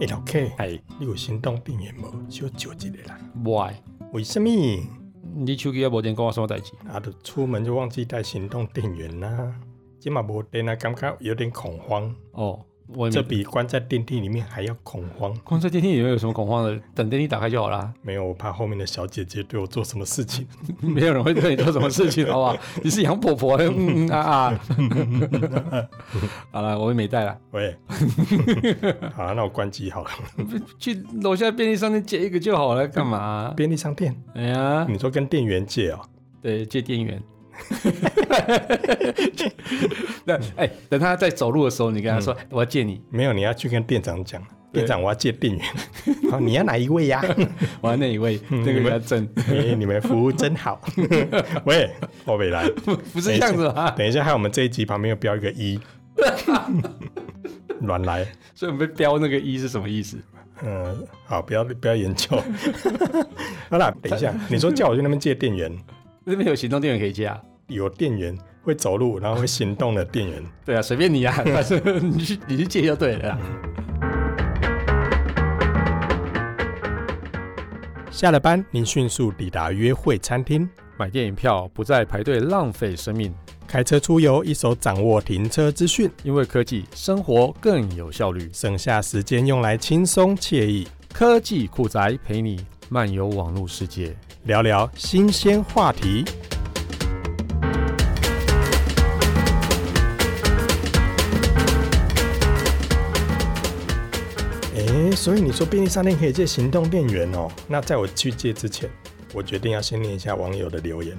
哎、老 K，哎，你有心脏病也无？小借一个啦。无爱，为什么？你手机也无电，跟我什么代志？啊，就出门就忘记带行动电源啦。今嘛无电啊，感觉有点恐慌，哦，我也没这比关在电梯里面还要恐慌。关在电梯里面有什么恐慌的？等电梯打开就好啦， 没有，我怕后面的小姐姐对我做什么事情。没有人会对你做什么事情，好不 好？你是杨婆婆，嗯嗯啊啊。 好了，我也没带了，喂， 好了，那我关机好了。去楼下便利商店借一个就好了，干嘛、便利商店，哎呀，你说跟店员借哦、对，借 电源。那哎、等他在走路的时候，你跟他嗯说：“我要借你，没有，你要去跟店长讲，店长我要借店员。好，你要哪一位呀、 哎我要那一位，那个比较正，嗯你你们服务真好。喂，我未来，不是这样子啊吧？ 等一下，还有我们这一集旁边又标一个一， 乱来。所以我们被标那个一是什么意思？嗯，好，不要不要研究。 好啦，等一下，你说叫我去那边借电源，那边有行动电源可以借啊？有电源会走路，然后会行动的电源。对啊，随便你啊， 反正你去你去借就对了啊。下了班，您迅速抵达约会餐厅，买电影票不再排队浪费生命，开车出游，一手掌握停车资讯，因为科技生活更有效率。省下时间用来轻松惬意。科技酷宅陪你漫游网络世界。聊聊新鲜话题。诶，所以你说便利商店可以借行动电源哦？那在我去借之前，我决定要先念一下网友的留言。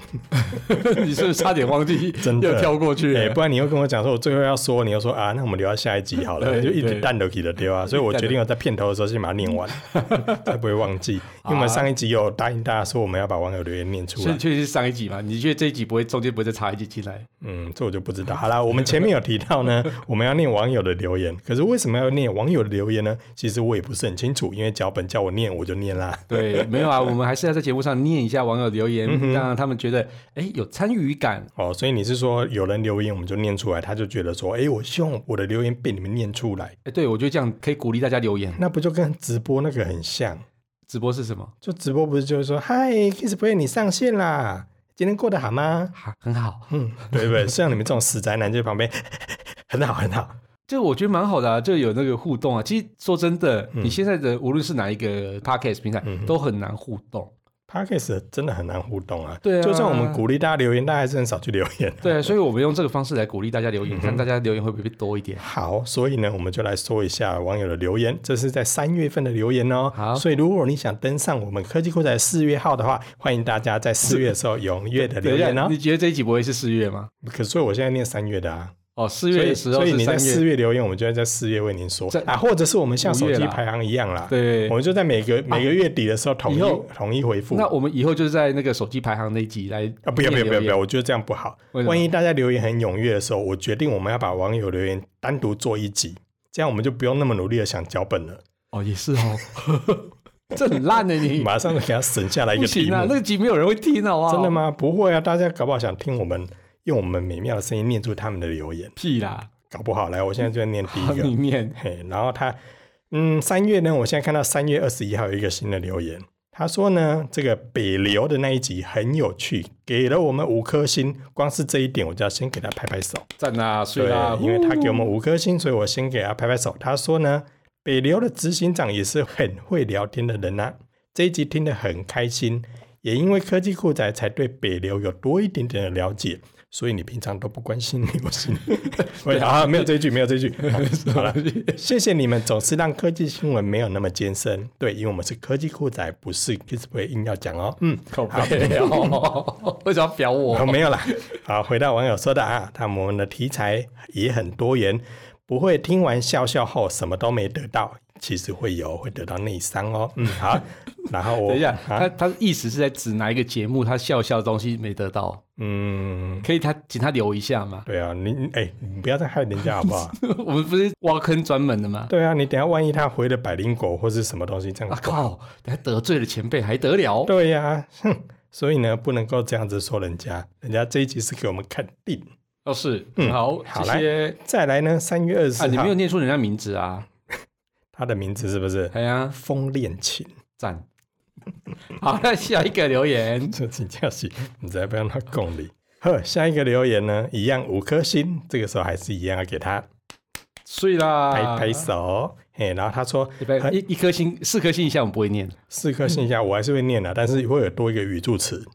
你是不是差点忘 记？真的又跳过去了？哎、不然你又跟我讲说，我最后要说，你又说啊，那我们留到下一集好了，对就一直对淡都给的 丢啊。所以我决定要在片头的时候先把它念完，才不会忘记。因为我们上一集有答应大家说，我们要把网友留言念出所来以。确实是上一集嘛，你觉得这一集不会中间不会再插一集进来？嗯，这我就不知道。好啦，我们前面有提到 呢，我们要念网友的留言，可是为什么要念网友的留言呢？其实我也不是很清楚，因为脚本叫我念，我就念啦。 对，没有啊，我们还是要在节目上念一下网友的留言，让他们觉得哎有参与感。哦，所以你是说有人留言我们就念出来，他就觉得说，哎、我希望我的留言被你们念出来，哎，对我觉得这样可以鼓励大家留言。那不就跟直播那个很像？直播是什么？就直播不是就是说，嗨，Kiss Play 你上线啦，今天过得好 吗？哈，很好，嗯，对不对？像你们这种死宅男就在旁边， 很好很好。这我觉得蛮好的啊，就有那个互动啊。其实说真的，嗯你现在的无论是哪一个 podcast 平台，都很难互动。 Podcast 真的很难互动啊，对啊就算我们鼓励大家留言，大家还是很少去留言。对啊，所以我们用这个方式来鼓励大家留言，嗯看大家留言会不会多一点。好，所以呢，我们就来说一下网友的留言，这是在三月份的留言哦。好所以如果你想登上我们科技酷宅四月号的话，欢迎大家在四月的时候踊跃的等留一下言，哦你。觉得这一集不会是四月吗？可所以我现在念三月的啊，哦，四所月以的时候所以是你在三四月，月留言，我们就会在四月为您说在啊，或者是我们像手五月机啦排行一样啦，对啊我。们就在每个每个月底的时候统一以后统一回复。那我们以后就是在那个手机排行那一集来啊，不要不要念不留要言不要，我觉得这样不好。为什么万一大家留言很踊跃的时候，我决定我们要把网友留言单独做一集，这样我们就不用那么努力的想脚本了，哦，也是哦， 这很烂的、你马上就给它省下来一不个题行目。啊，那个集哦没有人会听好不好？真的？吗？不会啊，大家搞不好想听我们用我们美妙的声音念出他们的留言，屁啦！搞不好来，我现在就念第一里个，面嘿，然后他，嗯，三月呢，我现在看到三月二十一号有一个新的留言。他说呢，这个北流的那一集很有趣，给了我们五颗星，光是这一点我就要先给他拍拍手。赞啊，睡对啦，因为他给我们呜五颗星，所以我先给他拍拍手。他说呢，北流的执行长也是很会聊天的人啊。这一集听得很开心，也因为科技酷仔才对北流有多一点点的了解，所以你平常都不关心流行。喂，啊，没有这一句，没有这一句。好好了，谢谢你们总是让科技新闻没有那么艰深。对，因为我们是科技酷仔，不是 Kiss Play 硬要讲哦。嗯，靠背哦，啊 为什么要表我 哦，？没有啦。好，回到网友说的啊，他们的题材也很多元，不会听完笑笑后什么都没得到，其实会有会得到内伤哦。嗯， 好。然后我等一下，啊，他他意思是在指哪一个节目？他笑笑的东西没得到，嗯，可以他请他留一下嘛？ 对啊，你你哎、你不要再害人家好不好？我们不是挖坑专门的吗？对啊，你等一下万一他回了百灵果或是什么东西这啊样，靠！等下得罪了前辈还得了？对呀、哼。所以呢，不能够这样子说人家，人家这一集是给我们肯定。哦，是嗯好，好谢谢。再来呢，三月二十啊，你号没有，念出人家名字啊？他的名字是不 是哎呀，风恋情？赞。 好，那下一个留言， 这请假是，你才不要他共理。呵，下一个留言呢，一样五颗星，这个时候还是一样要给他睡啦，拍拍手。嘿，然后他说一百一一颗星，四颗星以下我们不会念。四颗星以嗯下我还是会念的，但是会有多一个语助词。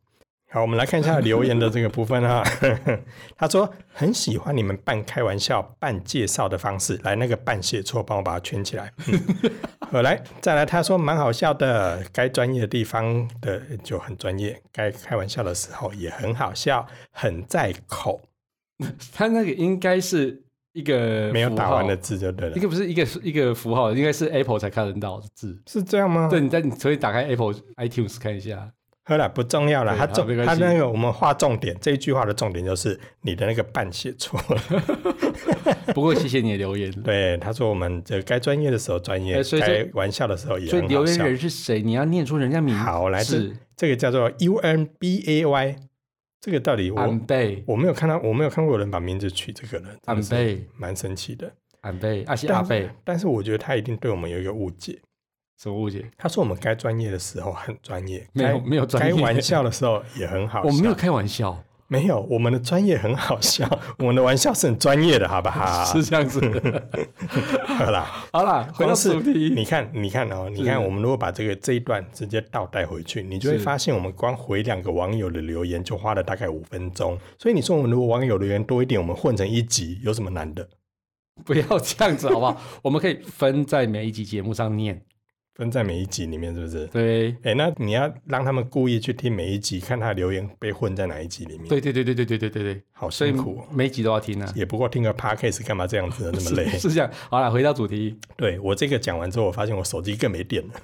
好，我们来看一下留言的这个部分哈。 他说很喜欢你们半开玩笑、半介绍的方式，来那个半写错，帮我把它圈起来。嗯、 好，来再来，他说蛮好笑的，该专业的地方的就很专业，该开玩笑的时候也很好笑，很在口，他那个应该是一个没有打完的符字就啊对号，了一。个不是一个一个符号，应该是 Apple 才看得到的字。是这样吗？ 对，你在你可以打开 Apple iTunes 看一下。好了，不重要了。对他好重没关他系那个我们画重点，这一句话的重点就是你的那个半写错了。不过谢谢你的 留言。对，他说我们这该专业的时候专业哎，所以这该玩笑的时候也所以很好留言笑。人是谁？你要念出人家名字。好来自是这个叫做 U N B A Y，这个到底我、安倍，我没有看到，我没有看过有人把名字取这个人，真安的是倍，蛮神奇的。安倍，阿西阿但贝是，但是我觉得他一定对我们有一个误解。什么误解？他说我们该专业的时候很专业，没有该没有专业该玩笑的时候也很好笑。我没有开玩笑，没有，我们的专业很好笑，我们的玩笑是很专业的，好不好？是这样子。好啦， 好啦，回到光是主题，你看，你看哦，你看，我们如果把这个这一段直接倒带回去，你就会是发现，我们光回两个网友的留言就花了大概五分钟。所以你说，我们如果网友留言多一点，我们混成一集，有什么难的？ 不要这样子好不好？我们可以分在每一集节目上念。分在每一集里面，是不是？对，哎，那你要让他们故意去听每一集，看他的留言被混在哪一集里面，对对对对对对对对对，好所以辛苦、哦。每一集都要听啊。也不过听个 podcast 干嘛这样子呢？那么累？是这样，好了，回到主题，对我这个讲完之后，我发现我手机更没电了。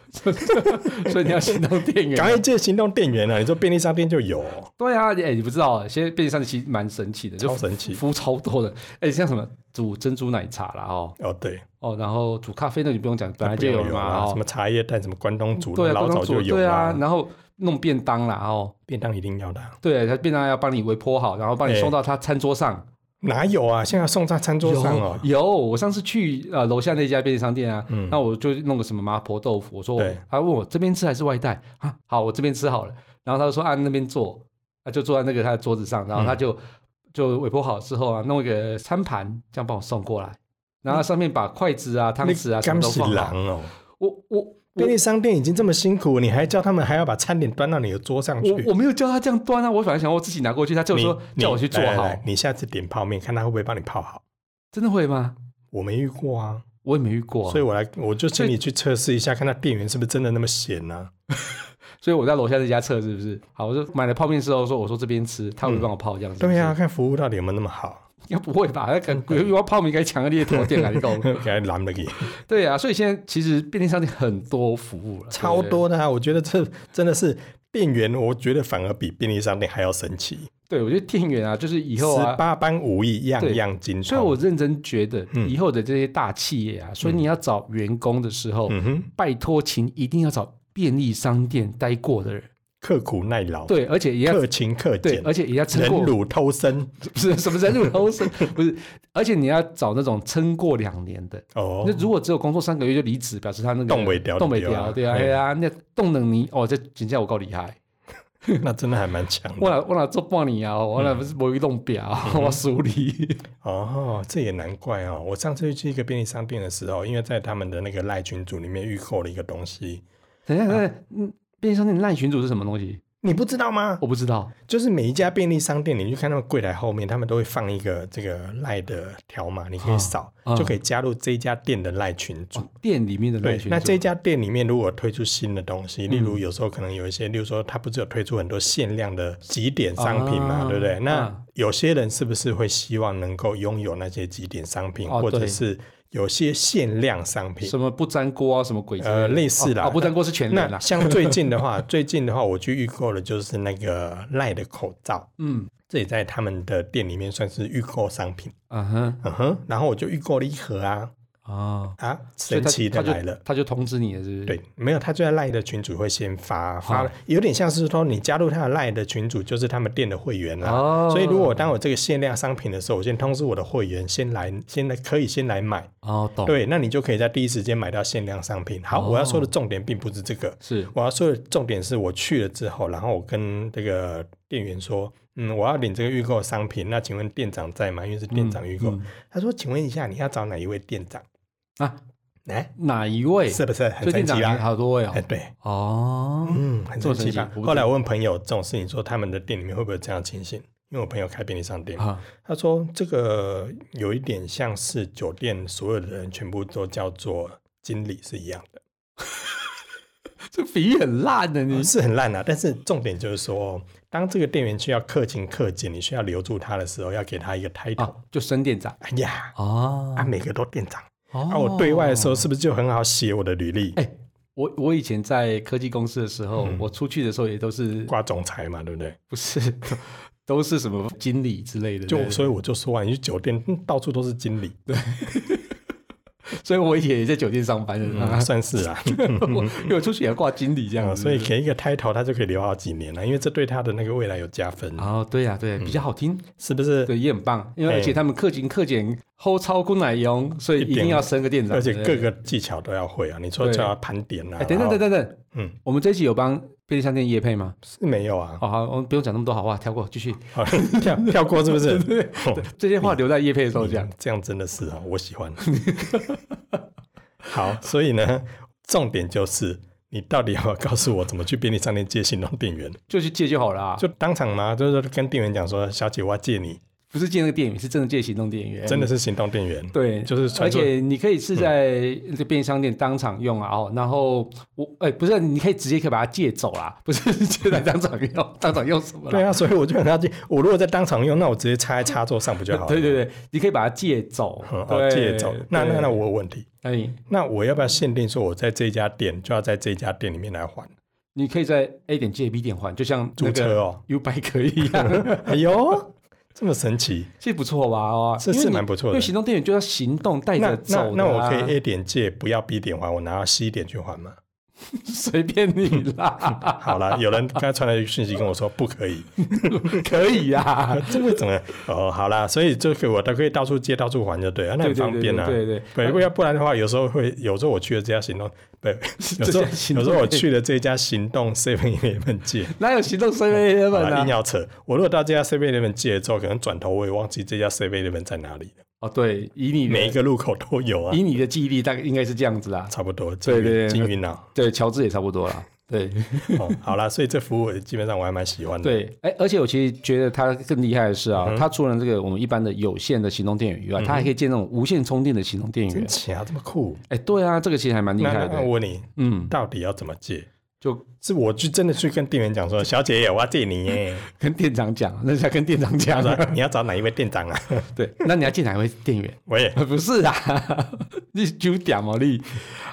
所以你要行动电啊源赶。快借行动电源啊！你说便利商店就有哦、对啊，哎、你不知道，现在便利商店其实蛮神奇的，就超神奇服务超多的。哎、像什么煮珍珠奶茶啦，哦哦，对，哦，然后煮咖啡那就不用讲，本来就有不用嘛，啊，什哦么茶叶蛋、什么关东煮，对啊，老刚早刚煮就有对啦啊，。然后弄便当啦，哦，便当一定要的啊、对，他便当要帮你微波好，然后帮你哎送到他餐桌上。哪有啊？现在送在餐桌上哦。有，有我上次去呃楼下那家便利商店啊，那我就弄个什么麻婆豆腐，我说嗯我对他问我这边吃还是外带啊？好，我这边吃好了。然后他就说啊那边坐，他就坐在那个他的桌子上，嗯然后他就、就微波好之后啊，弄一个餐盘这样帮我送过来，然后上面把筷子啊、汤匙啊那什干么都洗放好狼。哦！我我便利商店已经这么辛苦，你还叫他们还要把餐点端到你的桌上去？我我没有叫他这样端啊，我本来想我自己拿过去，他就你说你叫我去做来来好，来你下次点泡面，看他会不会帮你泡好。真的会吗？我没遇过啊，我也没遇过、啊，所以我来，我就请所以你去测试一下，看他店员是不是真的那么啊闲呢、所以我在楼下那家测是不是？好，我就买了泡面之后说，我说这边吃，他会帮我泡这样子。对呀、啊，，嗯看服务到底有没有那么 好，应该不会吧？那感觉要泡面应该强烈头店来 购。给他拦了给。 对啊，所以现在其实便利商店很多服务了，超对不对。多的啊！我觉得这真的是店员，我觉得反而比便利商店还要神奇，对，我觉得店员啊，就是以十后啊，八般武艺，样样精所以通。我认真觉得嗯以后的这些大企业啊，所以你要找员工的时候，嗯哼，拜托，请一定要找便利商店待过的人。刻苦耐劳，对，而且也要克勤克对，俭，而且也要撑忍过，辱偷生。 不是什么忍辱偷生，不是，而且你要找那种撑过两年的。哦那，如果只有工作三个月就离职，表示他那个动不掉动不就对掉，了对啊，嘿哎呀，那动能你哦，这真正有够厉害。 那真的还蛮强我的。若我若做半年啊，嗯我若不是无运动表，啊我 输你。哦，这也难怪哦。我上次去一个便利商店的时候，因为在他们的那个赖群组里面预购了一个东西，等一下，等一下，嗯，便利商店赖群主是什么东西？你不知道吗？我不知道。就是每一家便利商店，你去看他们柜台后面，他们都会放一个这个赖的条码，你可以扫，啊就可以加入这一家店的赖群组。哦店里面的赖对群，主，那这家店里面如果推出新的东嗯西，例如有时候可能有一些，例如说它不是有推出很多限量的几点商品嘛，啊对不对？那啊有些人是不是会希望能够拥有那些几点商品，哦或者对是有些限量商品？什么不粘锅啊，什么鬼之类的？呃，类似啦。啊，不粘锅是全那人啦。像最近的话， 最近的话，我去预购的就是那个赖的口罩，嗯这也在他们的店里面算是预购商品。啊哼嗯哼，然后我就预购了一盒啊，哦，啊，所以神他奇的他就来了。他就通知你了，是不哦是？对，没有，他就在赖的群主会先发发了，有点像是说你加入他的赖的群主，就是他们店的会员啦。哦，所以如果我当我这个限量商品的时候，我先通知我的会员先来，先来可以先来买，哦懂，对，那你就可以在第一时间买到限量商品。好，哦我要说的重点并不是这个，是我要说的重点是我去了之后，然后我跟这个店员说，嗯，我要领这个预购商品，那请问店长在吗？因为是店长预购。嗯他说，请问一下，你要找哪一位店长？啊，哎、哪一位？是不是很所以神店奇长吧？好多位哦哎，。对，哦，嗯，很这神奇么神奇吧我？不后来知我问朋友这种事情，说他们的店里面会不会有这样的情形？因为我朋友开便利商店，啊，他说这个有一点像是酒店所有的人全部都叫做经理是一样的， 这比喻很烂的你嗯、。是很烂啊。但是重点就是说，当这个店员需要氪金氪金，你需要留住他的时候，要给他一个 title。啊，就升店长哎呀，哦啊，每个都店长。哦啊，我对外的时候，是不是就很好写我的履历？哎、我我以前在科技公司的时候，嗯我出去的时候也都是挂总裁嘛，对不对？不是都都是什么经理之类的，对就不对所以我就说啊，你去酒店嗯到处都是经理，所以我以前也在酒店上班的，嗯 算是啊。 我因为我出去也要挂经理这样啊，子，所以给一个 title，他就可以留好几年了，因为这对他的那个未来有加分，哦，对呀、嗯对、比较好听，是不是？对，也很棒。因为哎而且他们氪金氪减后超过奶油，所以一一点定要升个店长。而且各对个技巧都要会啊。你说对叫他盘点啊，哎，等等然后，等等等，嗯，我们这一集有帮便利商店业配吗？是没有啊，哦，好，我们不用讲那么多好话，跳过，继续。好 跳跳过是不 是？哦这些话留在业配的时候讲嗯。这样真的是啊，我喜 欢。好，所以呢，重点就是。你到底要不要告诉我怎么去便利商店借行动电源？就去借就好了、啊，就当场吗？就是跟店员讲说：“小姐，我要借你，不是借那个电源，是真的借行动电源，真的是行动电源。”哎对。就是传而说嗯且你可以是在这便利商店当场用啊，哦，然后我哎、不是，你可以直接可以把它借走啦， 不是借来当 场用，当场用什么对啦？啊，所以我就很好奇，我如果在当场用，那我直接插在插座上不就好了？ 对对对，你可以把它借走嗯，哦，对啊借走。那那那，我有问题，对哎，那我要不要限定说我在这家店就要在这家店里面来还你可以在 A 点借 B 点还，就像租那车个哦？ U 百可以一样， 哎呦，这么神奇，这不错吧？哦，这因为是你蛮不错因的为。行动电源就要行动带那着那哎走的那我啊可以哎 A 点借，不要 B 点还，我拿到 C 点去还吗？ 随便你啦， 好啦，有人刚才传来一个讯息跟我说不可以， 可以呀、 啊。这为什么？哦，好啦，所以这个我都可以到处借到处还就对了，那很方便啊。对对对对，如果要不然的话，有时候会，有时候我去了这家行动，不， 有时候这家行有动时候我去了这家行动 Seven Eleven 借，哪有行动 C V 的好啦本硬啊？要扯。我如果到这家 Seven Eleven 借了之后，可能转头我也忘记这家 Seven Eleven 在哪里了。哦，对，以你的每一个路口都有啊以，你的记忆力，大概应该是这样子啦。差不多。对对对金云啊，对，乔治也差不多啦。 对哦，好啦，所以这服务基本上我还蛮喜欢的。对，哎，而且我其实觉得它更厉害的是嗯啊，它除了这个我们一般的有线的行动电源以外，它还可以建那种无线充电的行动电源真。假这么酷？哎，对啊，这个其实还蛮厉那害那那的。我问你，嗯，到底要怎么借？就是我去真的去跟店员讲说，小姐，我要借你 耶。跟店长讲，那是要跟店长他 讲。说你要找哪一位店长啊？ 对，那你要进哪位店员？我也不是啊， 你九点毛利，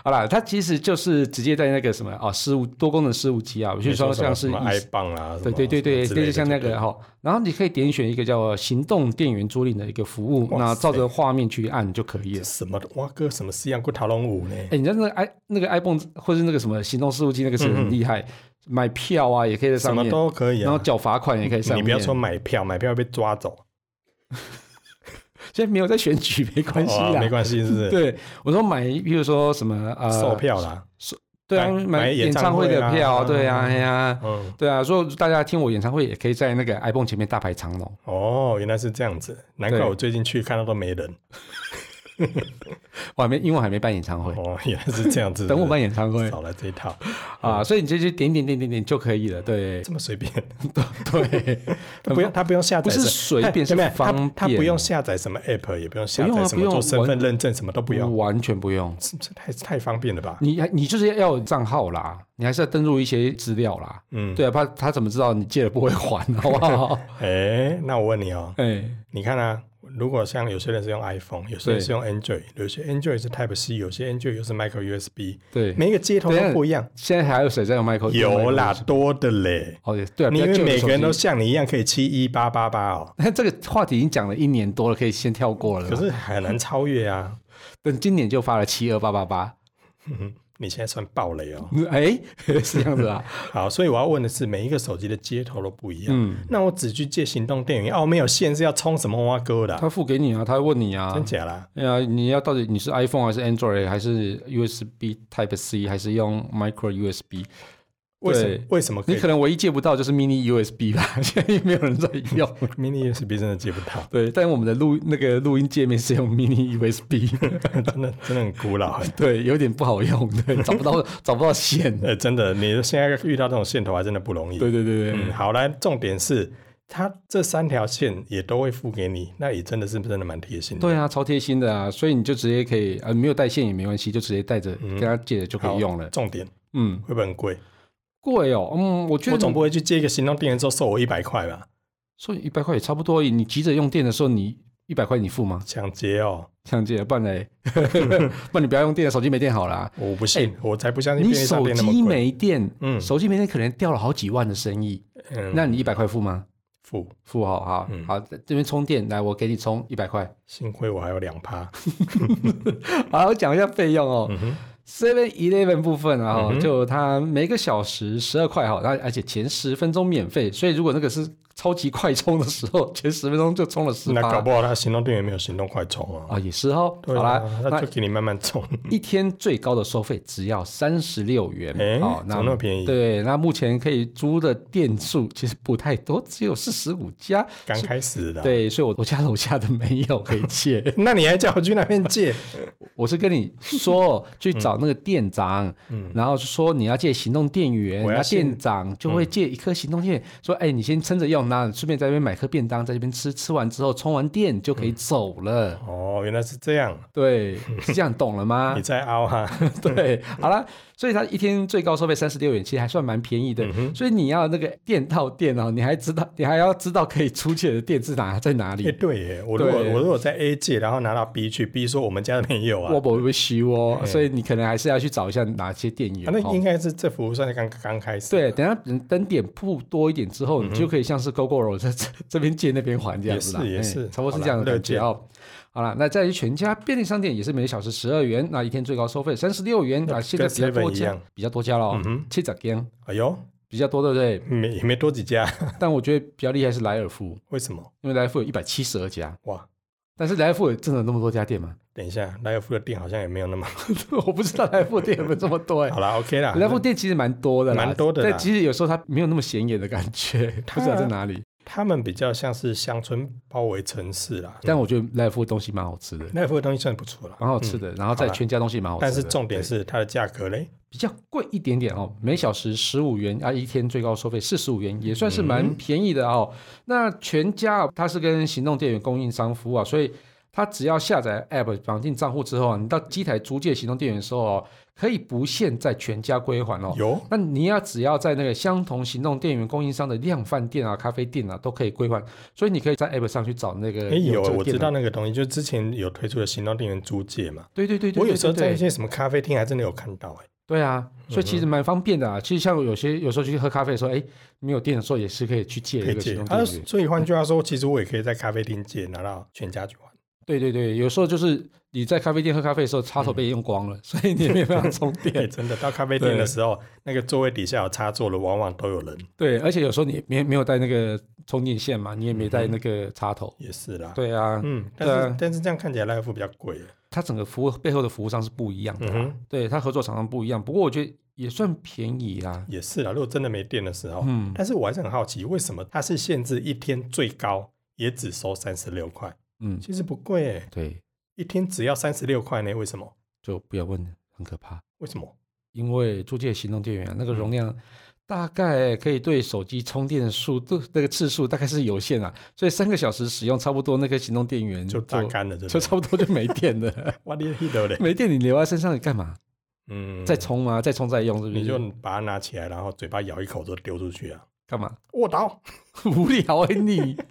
好啦，它其实就是直接在那个什么哦，事务多功能事务机啊，比如说像是什么以 i 棒啦，对对对对，就就是像那个哈、然后你可以点选一个叫行动电源租赁的一个服务，哇那塞照着画面去按就可以了。什么哇哥什么西洋骨桃龙舞呢？哎，你知道那个 i 那个 iPhone 或是那个什么行动事务机那个是很厉害，买票啊也可以在嗯什上么面，都可以然后啊。缴罚款也可以上你面。不要说买票，买票会被抓走，现在没有在选举，没关系哦啦。没关系，是不是？对，我说买，比如说什么呃，售票啦，对啊，买买买演演唱唱会会的啦票，对啊，嗯哎呀，嗯，对啊，所以大家听我演唱会也可以在那个 iPhone 前面大排长龙。哦，原来是这样子，难怪对我最近去看到都没人。我还没，因为我还没办演唱会，哦，原来是这样子， 等我们办演唱会少了这一套，啊，所以你就去点点点点点就可以了。对这么随便，对，他不用他不用下载不什是么，随便，他是他方便，他不用下载什么 app，也不用下不用载啊什么不用做身份完认证，什么都不用，完全不用。这这太太方便了吧？你还你就是要有账号啦，你还是要登录一些资料啦。嗯，对啊，怕他怎么知道你借了不会还，好不好？哎，那我问你哦，哎，你看啊，如果像有些人是用 iPhone，有些人是用 Android，有些 Android 是 Type C，有些 Android 又是 Micro USB，对，每一个接头等一都下不一样。现在还有谁在用 Michael？有啦，，多的嘞。哦，也对啊，你比以较为旧的每手个人机都像你一样可以七一八八八哦，那这个话题已经讲了一年多了，可以先跳过了啦。可是很难超越啊。 但今年就发了七二八八八，嗯你现在算暴雷哦。嗯哎，是这样子啊，好，所以我要问的是，每一个手机的接头都不一样。嗯，那我只去借行动电源，哦，没有线是要充什么挖沟的啊、他付给你啊，他会问你啊，真假啦？哎呀，你要到底你是 iPhone 还是 Android 还是 USB Type C 还是用 Micro USB？为什么对？为什么可你以可能唯一借不到就是 Mini USB 吧， 现在也没有人在用。？mini USB 真的借不到 对，但我们的录那个录音界面是用 Mini USB，真的真的很古老。 对，有点不好用，对，找不到 找不到线。呃，真的，你现在遇到这种线头还真的不容易。对对对对，嗯，好来，重点是它这三条线也都会付给你，那也真的是真的蛮贴心的。对啊，超贴心的啊，所以你就直接可以啊，没有带线也没关系，就直接带着跟他借着就可以嗯好用了。重点嗯，会不会很贵？贵哦，嗯，我觉我得总不会去借一个行动电源之后收我一百块吧？所以一百块也差不多而已。你急着用电的时候，你一百块你付吗？抢劫哦！抢劫，不 然嘞，不然你不要用电，手机没电好啦。我不信，我才不相信哎你便利商手店那机么贵。没电，嗯手机没电可能掉了好几万的生意，嗯，那你一百块付吗？付付好好、嗯好，这边充电来，我给你充一百块。 幸亏我还有两趴。好，我讲一下费用哦。嗯哼， Seven Eleven 部分啊、嗯哼就它每个小时十二块哈，那而且前十分钟免费，所以如果那个是超级快充的时候，前十分钟就充了十那搞八不好他行动电源没有行动快充啊。啊，也是哦。好对啦啊，，那就给你慢慢充。一天最高的收费只要三十六元，哎，哦，怎么那么便宜？对，那目前可以租的店数其实不太多，只有四十五家。刚开始的。，。对，所以我我家楼下的没有可以借 那你还叫我去那边借？我是跟你说去找那个店长，嗯然后说你要借行动电源，我要嗯那先店长就会借一颗行动电源，说哎你先撑着用，那顺便在这边买颗便当，在这边吃，吃完之后充完电就可以走了。哦，原来是这样，对，是这样懂了吗？你在凹哈。 对，好了，所以它一天最高收费三十六元，其实还算蛮便宜嗯的。所以你要那个店到店哦，你还知道，你还要知道可以出借的店是哪在哪哎、里。对耶，我如果对我如果在 A 借，然后拿到 B 去，B 说我们家没有啊，我不会修哦，嗯所以你可能还是要去找一下哪些店有啊、那应哦。该是这服务算是刚刚开始，对，，等一下等等点铺多一点之后，你就可以像是 GoGo 这 这这边借那边还这样子啦，嗯也是也哎是差不多好是啦这样的乐感觉见哦。好了，那在于全家便利商店也是每小时十二元，那一天最高收费三十六元啊，现在比较 7-Eleven 多一家样，比较多家了哦嗯哼，七十间哎呦，比较多，对不对？没也没多几家，但我觉得比较厉害是莱尔富，为什么？因为莱尔富有一百七十二家，哇，但是莱尔富有真的有那么多家店吗？ 等一下，莱尔富的店好像也没有那么我不知道莱尔富的店有没有这么多哎、好啦 o k 啦，莱尔富店其实蛮多的啦，蛮多的啦啊但其实有时候它没有那么显眼的感 觉，不它知道在哪里。他们比较像是乡村包围城市啦，但我觉得莱尔富的东西蛮好吃的，莱尔富的东西算不错了，蛮好吃的。然后嗯在好啦全家东西蛮哦好吃的，但是重点对是它的价格嘞，比较贵一点点哦，每小时十五元啊，一天最高收费四十五嗯元，也算是蛮便宜的哦。那全家哦它是跟行动电源供应商服务啊，所以它只要下载 App 绑定账户之后啊，你到机台租借行动电源的时候哦，可以不限在全家归还哦。有那你要只要在那个相同行动电源供应商的量贩店啊、咖啡店啊都可以归还，所以你可以在 App 上去找那个。哎、有，这个我店知啊的道。那个东西，就之前有推出的行动电源租借嘛，对对对对，我有时候对对在对一些什么咖啡厅还真的有看到、哎，对啊，所以其实嗯蛮方便的啊。其实像有些有时候去喝咖啡的时候，哎，没有电的时候也是可以去借可一以个行借动电啊，源。所以换句话说，其实我也可以在咖啡厅借，拿到全家去 还。对对对，有时候就是你在咖啡店喝咖啡的时候，插头被用光了，所以你也没办法充嗯对， 电。真的到咖啡店的时候，那个座位底下有插座的，往往都有人， 对，而且有时候你也没没有带那个充电线嘛，你也没带那个插头。也是啦。对啊，嗯，但是、对啊但是这样看起来赖夫比较贵。它整个服务背后的服务商是不一样的嗯啦，哼，对它合作厂商不一样。不过我觉得也算便宜啦。也是啦。如果真的没电的时候，嗯，但是我还是很好奇，为什么它是限制一天最高也只收三十六块？嗯，其实不贵耶，对，一天只要三十六块呢？为什么？就不要问了，很可怕。为什么？因为租借行动电源啊那嗯个容量大概可以对手机充电的速度那个次数大概是有限啊，所以三个小时使用差不多那个行动电源就榨干了，对 不就差不多就没电了。 对？哇，你记得嘞？没电你留在身上干嘛？嗯，再充吗？再充再用是不是？你就把它拿起来，然后嘴巴咬一口就丢出去啊！干嘛？ 卧倒。无聊哎、你！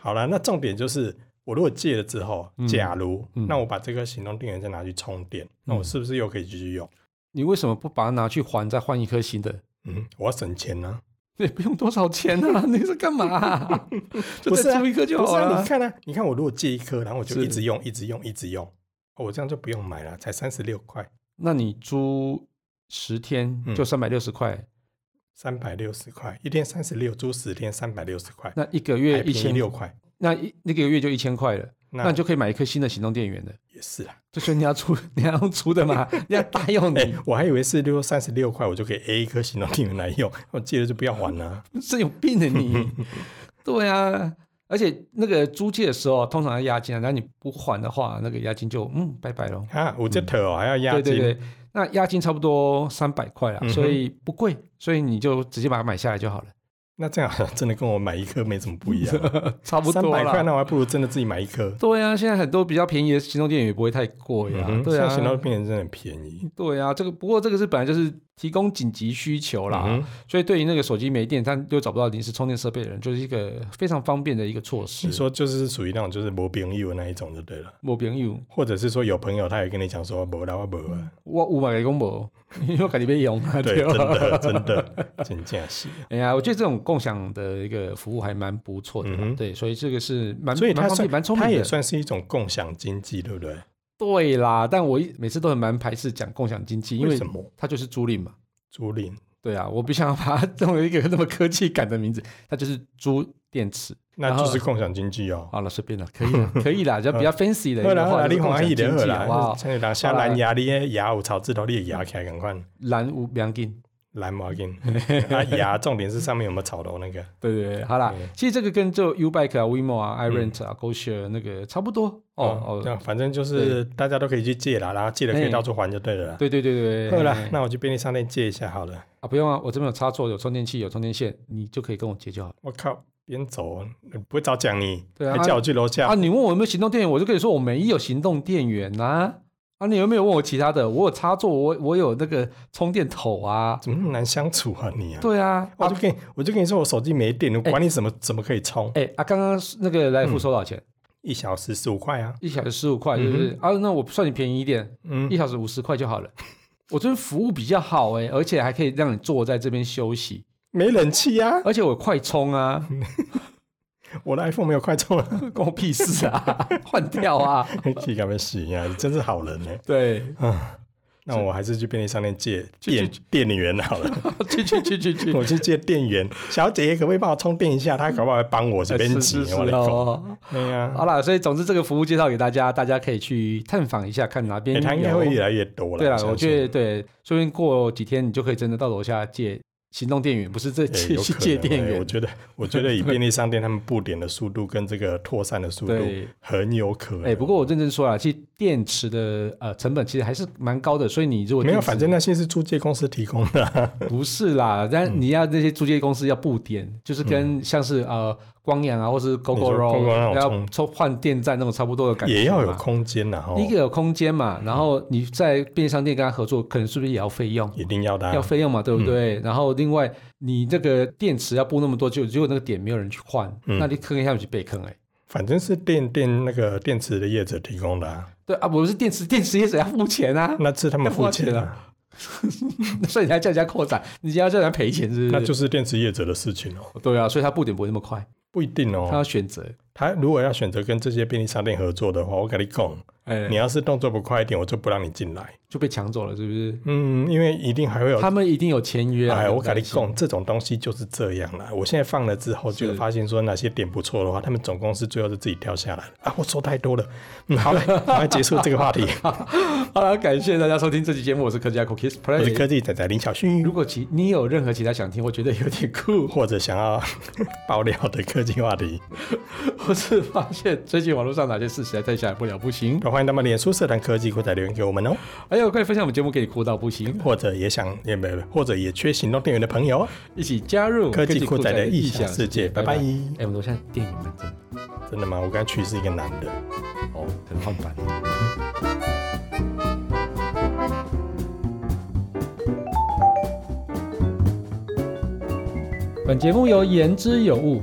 好了，那重点就是，我如果借了之后，嗯假如、嗯那我把这个行动电源再拿去充电，那我是不是又可以继续用？你为什么不把它拿去还，再换一颗新的？ 嗯，我要省钱呢、也不用多少钱啊！ 你是干嘛啊、 就不是再啊租一颗就不是好了啊，啊。你看啊，你看我如果借一颗，然后我就是一直用，一直用，一直用，哦我这样就不用买了，才三十六块，那你租十天嗯就三百六十块，三百六十块，一天三十六，租十天三百六十块，那一个还月一便宜千，六块，那一那个月就一千块了，那那你就可以买一颗新的行动电源了。也是啊。这就是你要出 你要用出的嘛，你要大用哎、 你，我还以为是六三十六块，我就可以 A 一颗行动电源来用， 我记得就不要还了、是有病的你。对啊，而且那个租借的时候通常要押金啊，然后你不还的话，那个押金就嗯拜拜喽。啊！我这头哦还要押嗯对金，对对，那押金差不多三百块啦，嗯哼所以不贵，所以你就直接把它买下来就好了，那这样好像真的跟我买一颗没什么不一样。啊 差不三多百块，啦。那我还不如真的自己买一颗。对啊，现在很多比较便宜的行动电源也不会太贵啊。嗯哼对现在行啊动，电源真的很便宜。对啊，这个不过这个是本来就是提供紧急需求啦，嗯哼所以对于那个手机没电但又找不到临时充电设备的人，就是一个非常方便的一个措施你。说就是属于那种就是没朋友的那一种就对了，我朋友，或者是说有朋友他也跟你讲说没啦我没 啊，我五百个公博， 因为我感觉被 用啊，对，吧真的真的真假是。哎呀，我觉得这种共享的一个服务还蛮不错的啦、嗯哼对，所以这个是蛮，所以蛮它方算便蛮聪它明也的，算是一种共享经济，对不对？对啦。但我一每次都很蛮排斥讲共享经济，因为为什么它就是租赁嘛，租赁？对啊，我不想把它弄一个那么科技感的名字，它就是租电池。那就是共享经济哦。好了，随便了，可以了，可以啦，就比 较 fancy 的一嗯二啦个二话啦，就你是共欢享喜的经二济啊好不啦好，？像你当下蓝牙你的牙有草字头，你的牙起来赶快蓝无两金，蓝毛 巾。啊牙重点是上面有没有草头那个？对对对，好啦嗯，其实这个跟就 U Bike 啊、WeMo 啊、iRent 啊、GoShare 那个差不多哦嗯那哦，反正就是大家都可以去借啦，然后借了可以哎到处还就对了啦。对对对对，好啦嘿，那我去便利商店借一下好了。啊不用啊，我这边有插座、有充电器、有充电线，你就可以跟我借就好了。我靠，边走你不会早讲你，对啊还叫我去楼下啊，。你问我有没有行动电源，我就跟你说我没有行动电源呐。啊，你有没有问我其他的？我有插座，我我有那个充电头啊。怎么那么难相处啊你啊？对啊，哎我啊就跟你，我就跟你说，我手机没电，我管你怎么怎么可以充，哎啊，刚刚那个来福收多少钱？一小时十五块啊。一小时十五块，是不是？啊，那我算你便宜一点，嗯一，小时五十块就好了。我这边服务比较好哎、而且还可以让你坐在这边休息，没冷气啊，而且我快 充啊，我的 iPhone 没有快充 啊，关我屁事啊， 换掉啊。体感没洗啊，你真是好人呢。对，那我还是去便利商店借去电电源好了， 去去去去去，我去借电源。小姐姐可不可以帮我充电一下？她搞不好会帮我这边哎是挤啊是是我的工。哦。对啊呀，好啦，所以总之这个服务介绍给大家，大家可以去探访一下，看哪边欸有。它应该会越来越多了。对啦，啊相我信觉得对，说不定过几天你就可以真的到楼下借行动电源，不是这欸借有去可借能电欸源我。觉得，我觉得以便利商店他们布点的速度跟这个扩散的速度对，很有可能。哎、不过我认真说啦，其实电池的呃成本其实还是蛮高的，所以你如果没有，电池反正那些是租借公司提供的啊、 不是啦，嗯但你要那些租借公司要布点，就是跟像是呃光阳啊，或是 g o g 你 o 说 r Gogoro 那种 o 要充抽换电站那种差不多的感觉嘛，也要有空间呐、哦，一个有空间嘛，然后你在便利商店跟他合作，可能是不是也要费用？一定要的、要啊。费用嘛，对不对？然后另外你这个电池要布那么多，就如果那个点没有人去换，嗯那你坑一下去被坑哎、反正是电电那个电池的业者提供的、啊，对啊，不是电池，电 池也得要付钱啊，那是他们付钱要花啊，所以你还叫人家扩展， 你要叫人家赔钱是不是？那就是电池业者的事情哦，对啊，所以他布点不会那么快，不一定他哦。要选择。他如果要选择跟这些便利商店合作的话，我跟你讲，哎你，要是动作不快一点，我就不让你进来。就被抢走了，是不是？嗯，因为一定还会有 他们一定有签约啊！哎，我不用跟你担心，讲，这种东西就是这样啦。我现在放了之后，就是发现说哪些点不错的话，他们总公司最后是自己跳下来了啊！我说太多了， 嗯，好嘞，赶快结束这个话题。好了，感谢大家收听这期节目，我是科技阿酷 Kiss 我是 Play。科技仔仔林小旭 如，果其你有任何其他想听，我觉得有点酷，或者想要 爆料的科技话题，或是发现最近网络上哪些事实在太下来不了不行，都欢迎他们脸书社团科技或者留言给我们哦。还有快分享我们节目给你酷到不行，或者也想也没有，或者也缺行动电源的朋友哦，一起加入科技酷仔的异想世界，拜拜。哎、我们楼下店员蛮真的真的吗？我刚才去是一个男的。哦，可能换版。本节目由言之有物、